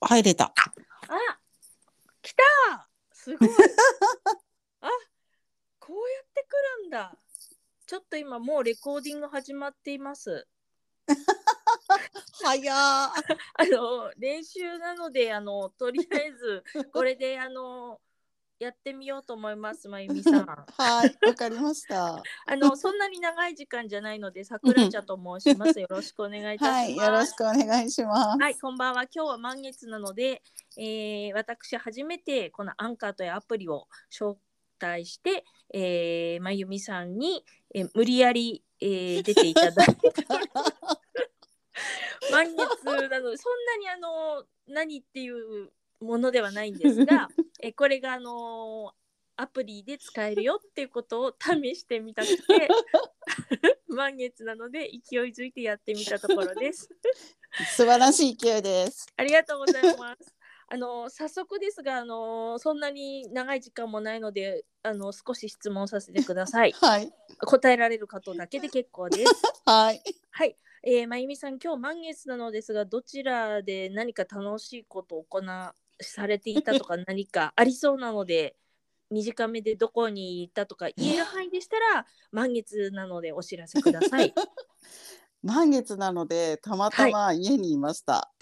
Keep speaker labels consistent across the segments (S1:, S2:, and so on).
S1: 入れた。
S2: あ来たす ごいあこうやって来るんだちょっと今もうレコーディング始まっています
S1: 早ー。
S2: あの練習なのであのとりあえ ずこれであのやってみようと思いますまゆみさ ん
S1: はい、わかりました。
S2: あのそんなに長い時間じゃないのでさくらちゃんと申しますよろしくお願いい
S1: は
S2: たし
S1: い、
S2: ます、
S1: よろしくお願いします。
S2: はい、こんばんは。今日は満月なので、えー私初めてこのアンカーというアプリを招待して、えーまゆみさんに、えー無理やり、えー出ていただい て満月なのでそんなにあの何っていうものではないんです が、えーこれがあのアプリで使えるよっていうことを試してみたくて 満月なので勢いづいてやってみたところです。
S1: 素晴らしい勢いです。。
S2: ありがとうございます。 あの早速ですが、あのそんなに長い時間もないので、あの少し質問させてください
S1: はい、
S2: 答えられる方だけで結構です。
S1: はい。
S2: はい、えー、まゆみさん、今日満月なのですが、どちらで何か楽しいことを行なされていたとか何かありそうなので、短めでどこに行ったとか言える範囲でしたら、満月なのでお知らせください。
S1: 満月なので、たまたま家にいました。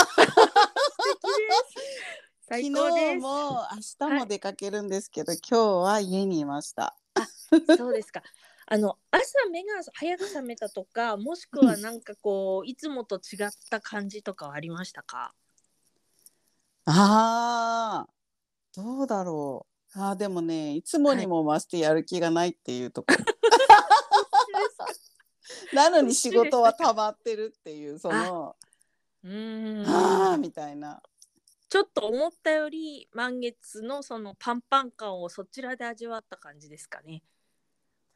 S2: 最
S1: 昨
S2: 高
S1: 日
S2: です。
S1: も明日も出かけるんですけど、今日は家にいました。
S2: そうですか。あの朝目が早く覚めたとか、もしくはなんかこういつもと違った感じとかはありました か？
S1: ああ、どうだろう。ああ、でもね、いつもにも増してやる気がないっていうとこ。なのに仕事は溜まってるっていう、その、
S2: うー
S1: ああ、
S2: ん。
S1: みたいな。
S2: ちょっと思ったより満月のそのパンパン感をそちらで味わった感じですかね。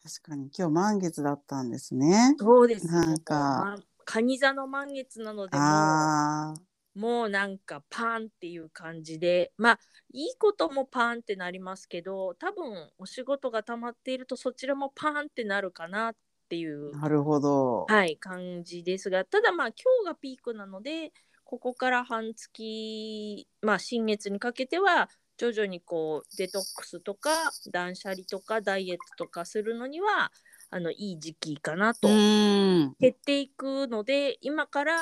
S1: 確かに今日満月だったんですね。
S2: そうです。
S1: なんか
S2: まカニ座の満月なのでもう
S1: ああ、
S2: もうなんかパンっていう感じでまあいいこともパンってなりますけど多分お仕事が溜まっているとそちらもパンってなるかなっていう、
S1: なるほど。
S2: はい、感じですがただまあ今日がピークなのでここから半月まあ新月にかけては徐々にこうデトックスとか断捨離とかダイエットとかするのにはあのいい時期かなと
S1: うーん。
S2: 減っていくので今から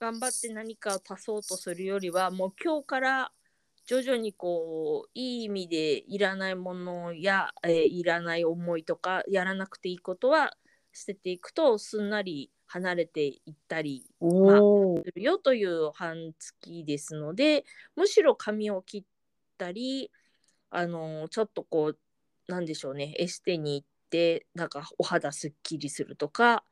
S2: 頑張って何かを足そうとするよりはもう今日から徐々にこういい意味でいらないものや、えーいらない思いとかやらなくていいことは捨てていくとすんなり離れていったり
S1: おお。
S2: するよという半月ですのでむしろ髪を切ったりあのちょっとこうなんでしょうねエステに行ってなんかお肌すっきりするとか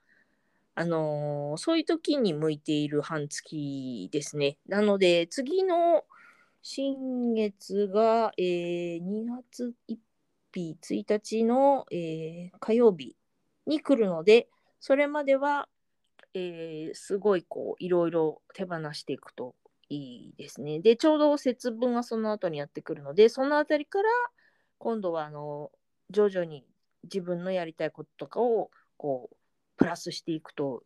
S2: あのそういう時に向いている半月ですね。なので次の新月が、えー2月1日1日の、えー火曜日に来るのでそれまでは、えーすごいこういろいろ手放していくといいですね。でちょうど節分がその後にやってくるのでそのあたりから今度はあの徐々に自分のやりたいこととかをこうプラスしていくと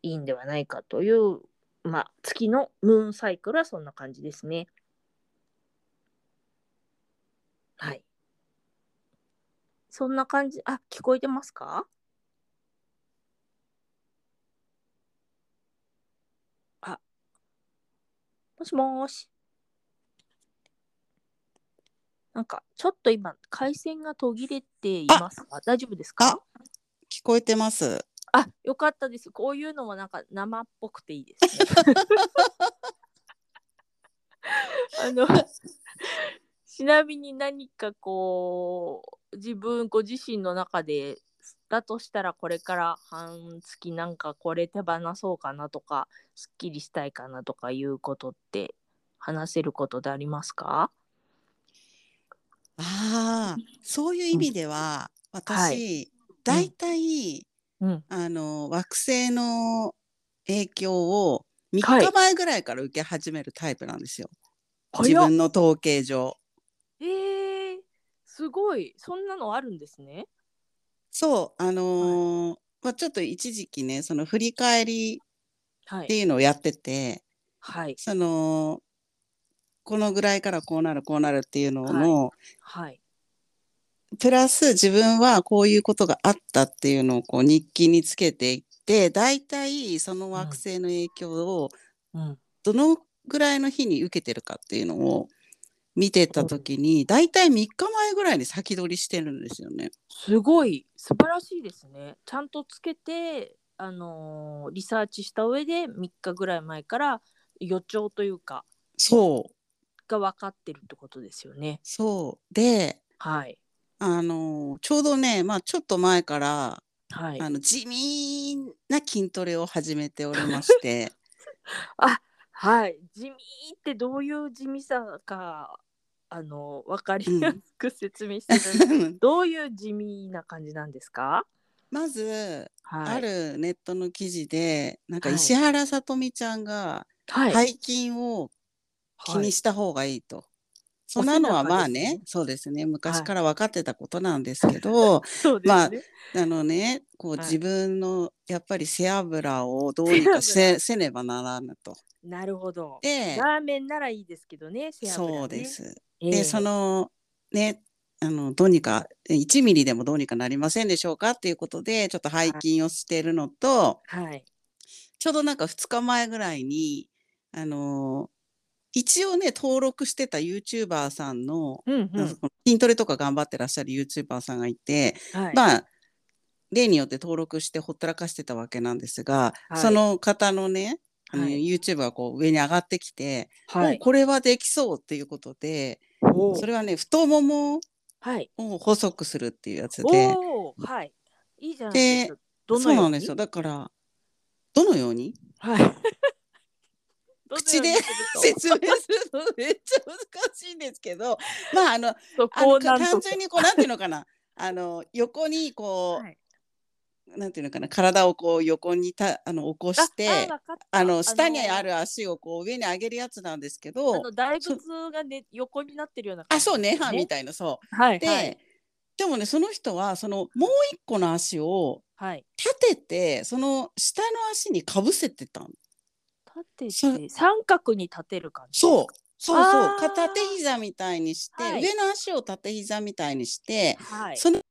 S2: いいんではないかという、まあ、月のムーンサイクルはそんな感じですね。はい。そんな感じ、あ、聞こえてますかあ、もしもーし。なんか、ちょっと今、回線が途切れていますが、大丈夫ですか
S1: 聞こえてます。
S2: あ、よかったです。こういうのもなんか生っぽくていい ですね。あの、ちなみに何かこう、自分ご自身の中で、だとしたらこれから半月なんかこれ手放そうかなとか、すっきりしたいかなとかいうことって話せることでありますか
S1: ああ、そういう意味では、
S2: は
S1: 私、だいたい、
S2: うん。
S1: あの、惑星の影響を
S2: はい
S1: 3日前ぐらいから受け始めるタイプなんですよ。
S2: 早
S1: 自
S2: っ
S1: 分の統計上。
S2: えー、すごい。そんなのあるんですね。
S1: そう、あのーまあ、ちょっと一時期ね、その振り返り
S2: は
S1: って
S2: い。
S1: いうのをやってて、
S2: はい。
S1: そのこのぐらいからこうなるこうなるっていうのの、
S2: はい。
S1: プラス自分はこういうことがあったっていうのをこう日記につけていって大体その惑星の影響を
S2: うん。
S1: どのぐらいの日に受けてるかっていうのを見てた時に大体3日前ぐらいに先取りしてるんですよね。
S2: すごい素晴らしいですね。ちゃんとつけて、あのーリサーチした上で3日ぐらい前から予兆というか
S1: そう
S2: が分かってるってことですよね。
S1: そうで
S2: はい。
S1: あのちょうどね、まあ、ちょっと前から、
S2: はい。
S1: あの地味な筋トレを始めておりまして
S2: はい。地味ってどういう地味さか、あの分かりやすく説明してる、どういう 地味な感じなんですか
S1: まず
S2: は
S1: あ
S2: い。
S1: るネットの記事で、なんか
S2: はい
S1: 石原さとみちゃんが
S2: はい。
S1: 背筋を気にした方がいいと。そんなのはまあね
S2: お背中ですね
S1: そうですね昔から分かってたことなんですけ ど、
S2: そうで
S1: まあ
S2: すね。
S1: あのねこう
S2: はい
S1: 自分のやっぱり背脂 をどうにか
S2: 背
S1: せせねばならぬと。
S2: なるほど。
S1: で
S2: ラーメンならいいですけどね、背脂ね
S1: そうで。す。
S2: ええ
S1: でそのねあのどうにか1ミリでもどうにかなりませんでしょうかっていうことでちょっと背筋をしてるのと、
S2: はい。
S1: ちょうどなんか2日前ぐらいに、あのー一応ね、登録してた YouTuber さんの、
S2: うんう
S1: なんか
S2: ん。
S1: この筋トレとか頑張ってらっしゃる YouTuber さんがいて、
S2: はい。
S1: まあ、例によって登録してほったらかしてたわけなんですが、
S2: はい
S1: その方のね、あの
S2: はい
S1: YouTube がこう上に上がってきて、
S2: は
S1: もう
S2: い。
S1: これはできそうっていうことで、
S2: お
S1: そ
S2: ー
S1: れはね、太もも
S2: はい。
S1: を細くするっていうやつで、
S2: おーはい。いいじゃないですか。ど
S1: そう
S2: のよ
S1: な
S2: うんに
S1: ですよ。だから、どのように
S2: はい。ど のように
S1: 口です
S2: る
S1: 説明するのめっちゃ難しいんですけど まああの
S2: と
S1: あ
S2: こ
S1: の
S2: うな
S1: か単
S2: んとか
S1: 純にこうなんていうのかな あの横にこう、
S2: はい
S1: なんていうのかな体をこう横にたあの起こして
S2: ああ
S1: あ
S2: わかった
S1: の下に
S2: あの
S1: ある足をこう上に上げるやつなんですけ
S2: あ
S1: ど
S2: の大仏がね横になってるような
S1: あ
S2: 感じ
S1: そうね
S2: です
S1: はみたいなそう。
S2: はい
S1: で、
S2: はい
S1: でもねその人はそのもう一個の足を
S2: はい
S1: 立ててその下の足にかぶせてたの
S2: 立
S1: そ
S2: てて三角に立てる感じ
S1: そうそうそ
S2: あ
S1: う
S2: ー
S1: 片手膝みたいにして、
S2: はい
S1: 上の足を縦膝みたいにして
S2: はい
S1: その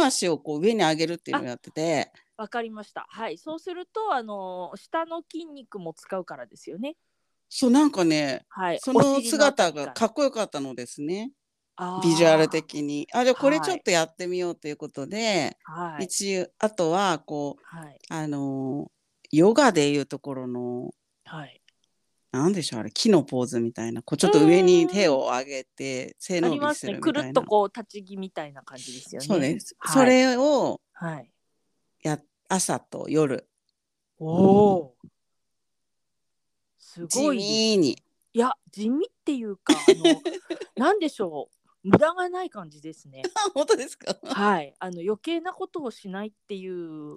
S1: 足をこう上に上げるっていうのをやってて
S2: わかりましたはいそうするとあの下の筋肉も使うからですよね
S1: そうなんかね
S2: はい
S1: そ
S2: お
S1: の
S2: 尻あた
S1: 姿
S2: り
S1: が
S2: ら
S1: かっこよかったのですね
S2: あー
S1: ビジュアル的にあじゃあこれ
S2: はい
S1: ちょっとやってみようということで、
S2: はい
S1: 一応あとはこ
S2: はい、
S1: うあのーヨガでいうところの
S2: はい、
S1: なんでしょうあれ木のポーズみたいなこうちょっと上に手を上げて背
S2: あ
S1: 伸
S2: りま
S1: び
S2: す
S1: す
S2: ね
S1: るみ
S2: くる
S1: た
S2: っ
S1: い
S2: と
S1: な、
S2: こう立ち木みたいな感じですよね
S1: そうです、
S2: は
S1: そ
S2: い
S1: れを
S2: はい
S1: や朝と夜
S2: おおす
S1: 地
S2: ごいですね
S1: 味に
S2: いや地味っていうかあのなんでしょう無駄がない感じですね。
S1: あ本当ですか
S2: はいあの余計なことをしないっていう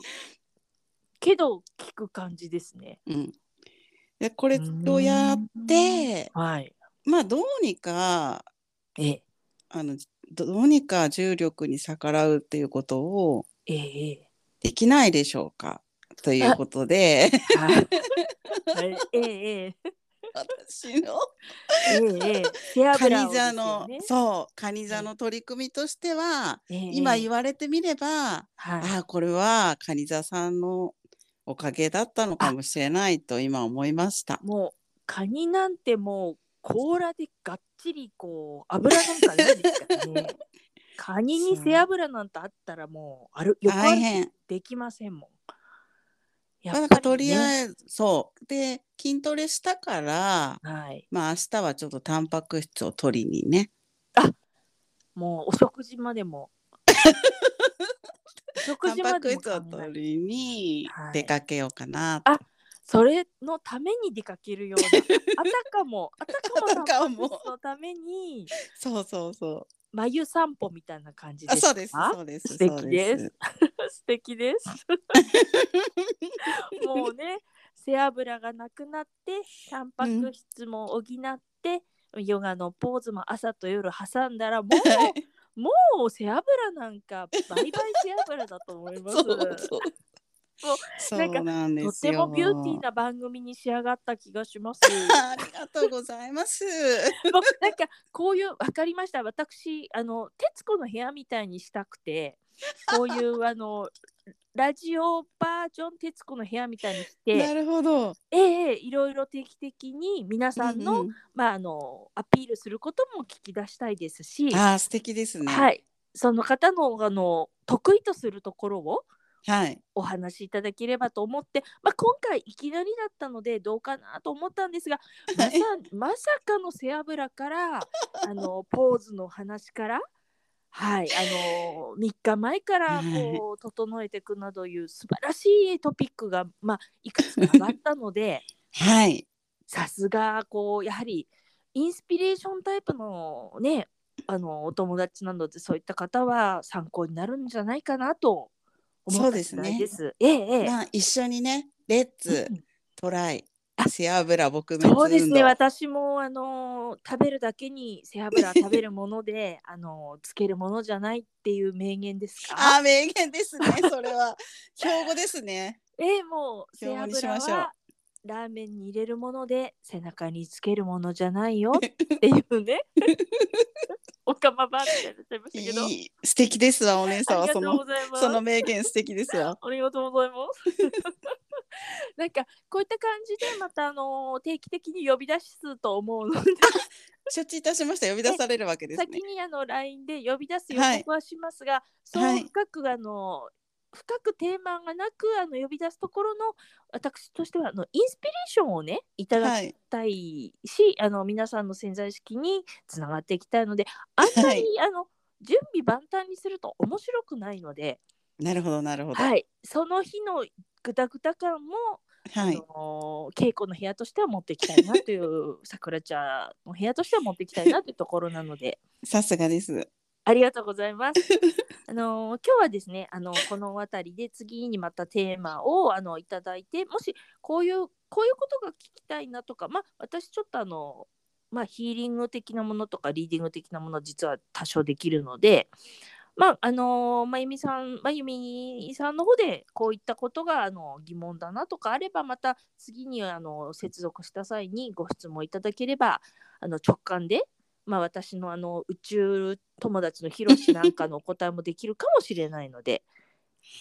S2: けど聞く感じですね。
S1: うんでこれをやって
S2: うーんはい
S1: まあどうにか
S2: え
S1: あのどどうにか重力に逆らうっていうことを
S2: ええ
S1: できないでしょうかということで
S2: えはい えええ
S1: 私の
S2: えええ背
S1: カ
S2: 脂を
S1: ニ
S2: です
S1: 座
S2: よ
S1: の、
S2: ね
S1: そうカニ座の取り組みとしては、
S2: ええええ
S1: 今言われてみれば、
S2: はい
S1: ああこれはカニ座さんのおかげだったのかもしれないと今思いました。
S2: もうカニなんてもう甲羅でがっちりこう油なんかないですか らね。カニに背脂なんてあったらもうある横
S1: 大
S2: 歩き
S1: 変
S2: できませんもん。や
S1: まあな
S2: っ
S1: んか
S2: ぱ
S1: とり
S2: ね
S1: あえず、そうで筋トレしたから
S2: はい、
S1: まあ明日はちょっとタンパク質を取りにね
S2: もうお食事までもお食
S1: タン
S2: 事
S1: パ
S2: ま
S1: ク
S2: でも
S1: 質を
S2: 考え
S1: 取りに
S2: はい
S1: 出かけようかな
S2: あそれのために出かける ようなあたかもあ
S1: あ
S2: た
S1: た
S2: か
S1: か
S2: も
S1: も
S2: タンパク質のために
S1: そうそうそう
S2: 眉散歩みたいな感じで
S1: あ
S2: す
S1: そうです
S2: か
S1: そうです
S2: 素敵で
S1: そ
S2: す
S1: う
S2: 素敵です。もうね背脂がなくなってタンパク質も補って、ヨガのポーズも朝と夜挟んだらも
S1: は
S2: う
S1: い
S2: もう背脂なんか倍々背脂だと思います。
S1: そうそうそうなんで
S2: とっ
S1: す
S2: て
S1: よ。
S2: もビューティーな番組に仕上がった気がします。
S1: ありがとうございます。
S2: 僕なんかこういう分かりました私あの『徹子の部屋』みたいにしたくてこういうあのラジオバージョン『徹子の部屋』みたいにして
S1: なるほど。
S2: ええいろいろ定期的に皆さんの,、
S1: うん
S2: まあ、あのアピールすることも聞き出したいですし
S1: うん、ああ、素敵ですね。。
S2: はいい、その方のあの得意とするところを
S1: はい。
S2: お話しいただければと思って、まあ、今回いきなりだったのでどうかなと思ったんで すがまさまさかの背脂からあのポーズの話から、はい、あの3日前からこう整えていくなどいう素晴らしいトピックが、まあ、いくつか上がったので
S1: はい。
S2: さすがこうやはりインスピレーションタイプのねあのお友達なのでそういった方は参考になるんじゃないかなと思った次第です。ええええ
S1: まあ、一緒にね、レッツ
S2: うん
S1: トライ。背脂撲滅運動。
S2: そうですね私もあのー食べるだけに背脂は食べるものであのーつけるものじゃないっていう名言ですか
S1: あー、名言です ね。それは。標語ですね。
S2: ええもう背
S1: 表にし
S2: 脂
S1: ましょう
S2: はラーメンに入れるもので背中につけるものじゃないよってい うねおかまばあみたいになっちゃいました
S1: い
S2: けど
S1: い。素敵ですわ、お姉さん
S2: あ
S1: は。
S2: りが
S1: そ
S2: とうご
S1: の。
S2: ざいます
S1: その名言素敵ですわ。
S2: ありがとうございます。 なんかこういった感じでまたあのー定期的に呼び出すと思うので
S1: 承知いたしました。呼び出されるわけですね
S2: 先。にあの LINE で呼び出す予
S1: はい
S2: 告はしますが、
S1: は
S2: そう
S1: い
S2: 深くあの、深くテーマがなくあの呼び出すところの私としてはあのインスピレーションをねいただき
S1: はい。
S2: たいし、あの皆さんの潜在意識につながっていきたいのであんまり、あの準備万端にすると面白くないので、
S1: なるほど、なるほど。
S2: はい、その日のぐたぐた感も、
S1: は
S2: あ
S1: い。
S2: の稽古の部屋としては持っていきたいなという桜茶の部屋としては持っていきたいなというところなので。
S1: さすがです。
S2: ありがとうございます。 あのー今日はですね、あのこの辺りで次にまたテーマをあのいただいて、もしこういうこういうことが聞きたいなとか、まあ私ちょっとあのまあヒーリング的なものとかリーディング的なもの実は多少できるので、まああのーまゆみさんまゆみさんの方でこういったことがあの疑問だなとかあれば、また次にあの接続した際にご質問いただければ、あの直感でまあ、私のあの宇宙友達のヒロシなんかのお答えもできるかもしれないの で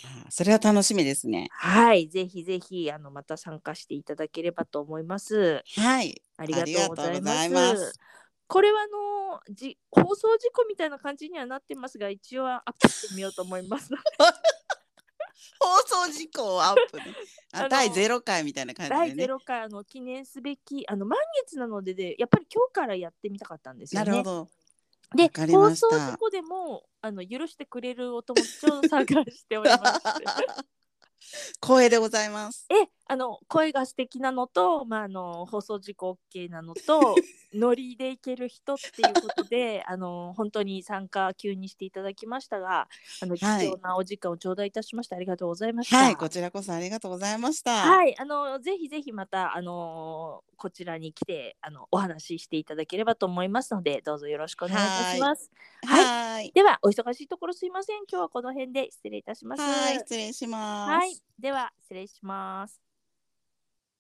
S1: あーそれは楽しみですね。
S2: はいぜひぜひあのまた参加していただければと思います
S1: はい。
S2: ありがとうございます
S1: ありがとうございます
S2: これはあのじ放送事故みたいな感じにはなってますが一応はアップしてみようと思います
S1: 放送事項をアップ ね。
S2: あの
S1: あ、第ゼロ回みたいな感
S2: 第
S1: じでね。
S2: 0回あの記念すべきあの満月なのででやっぱり今日からやってみたかったんですよ
S1: な
S2: ね
S1: るほど。
S2: で
S1: わかり
S2: 放
S1: まし
S2: 送
S1: た
S2: 事故でもあの許してくれるお友達を探しております
S1: 光栄でございます。
S2: えあの声が素敵なのと、まあ、あの放送事故 OK なの とノリでいける人っていうことであの本当に参加急にしていただきましたがあの貴
S1: はい
S2: 重なお時間を頂戴いたしました、ありがとうございました。
S1: はい、こちらこそありがとうございました。い、
S2: はい、あのぜひぜひまたあのこちらに来てあのお話ししていただければと思いますのでどうぞよろしくお願いいたします。はい
S1: はい、
S2: ではお忙しいところすいません今日はこの辺で失礼いたします。
S1: はい失礼します。
S2: はい、では失礼します。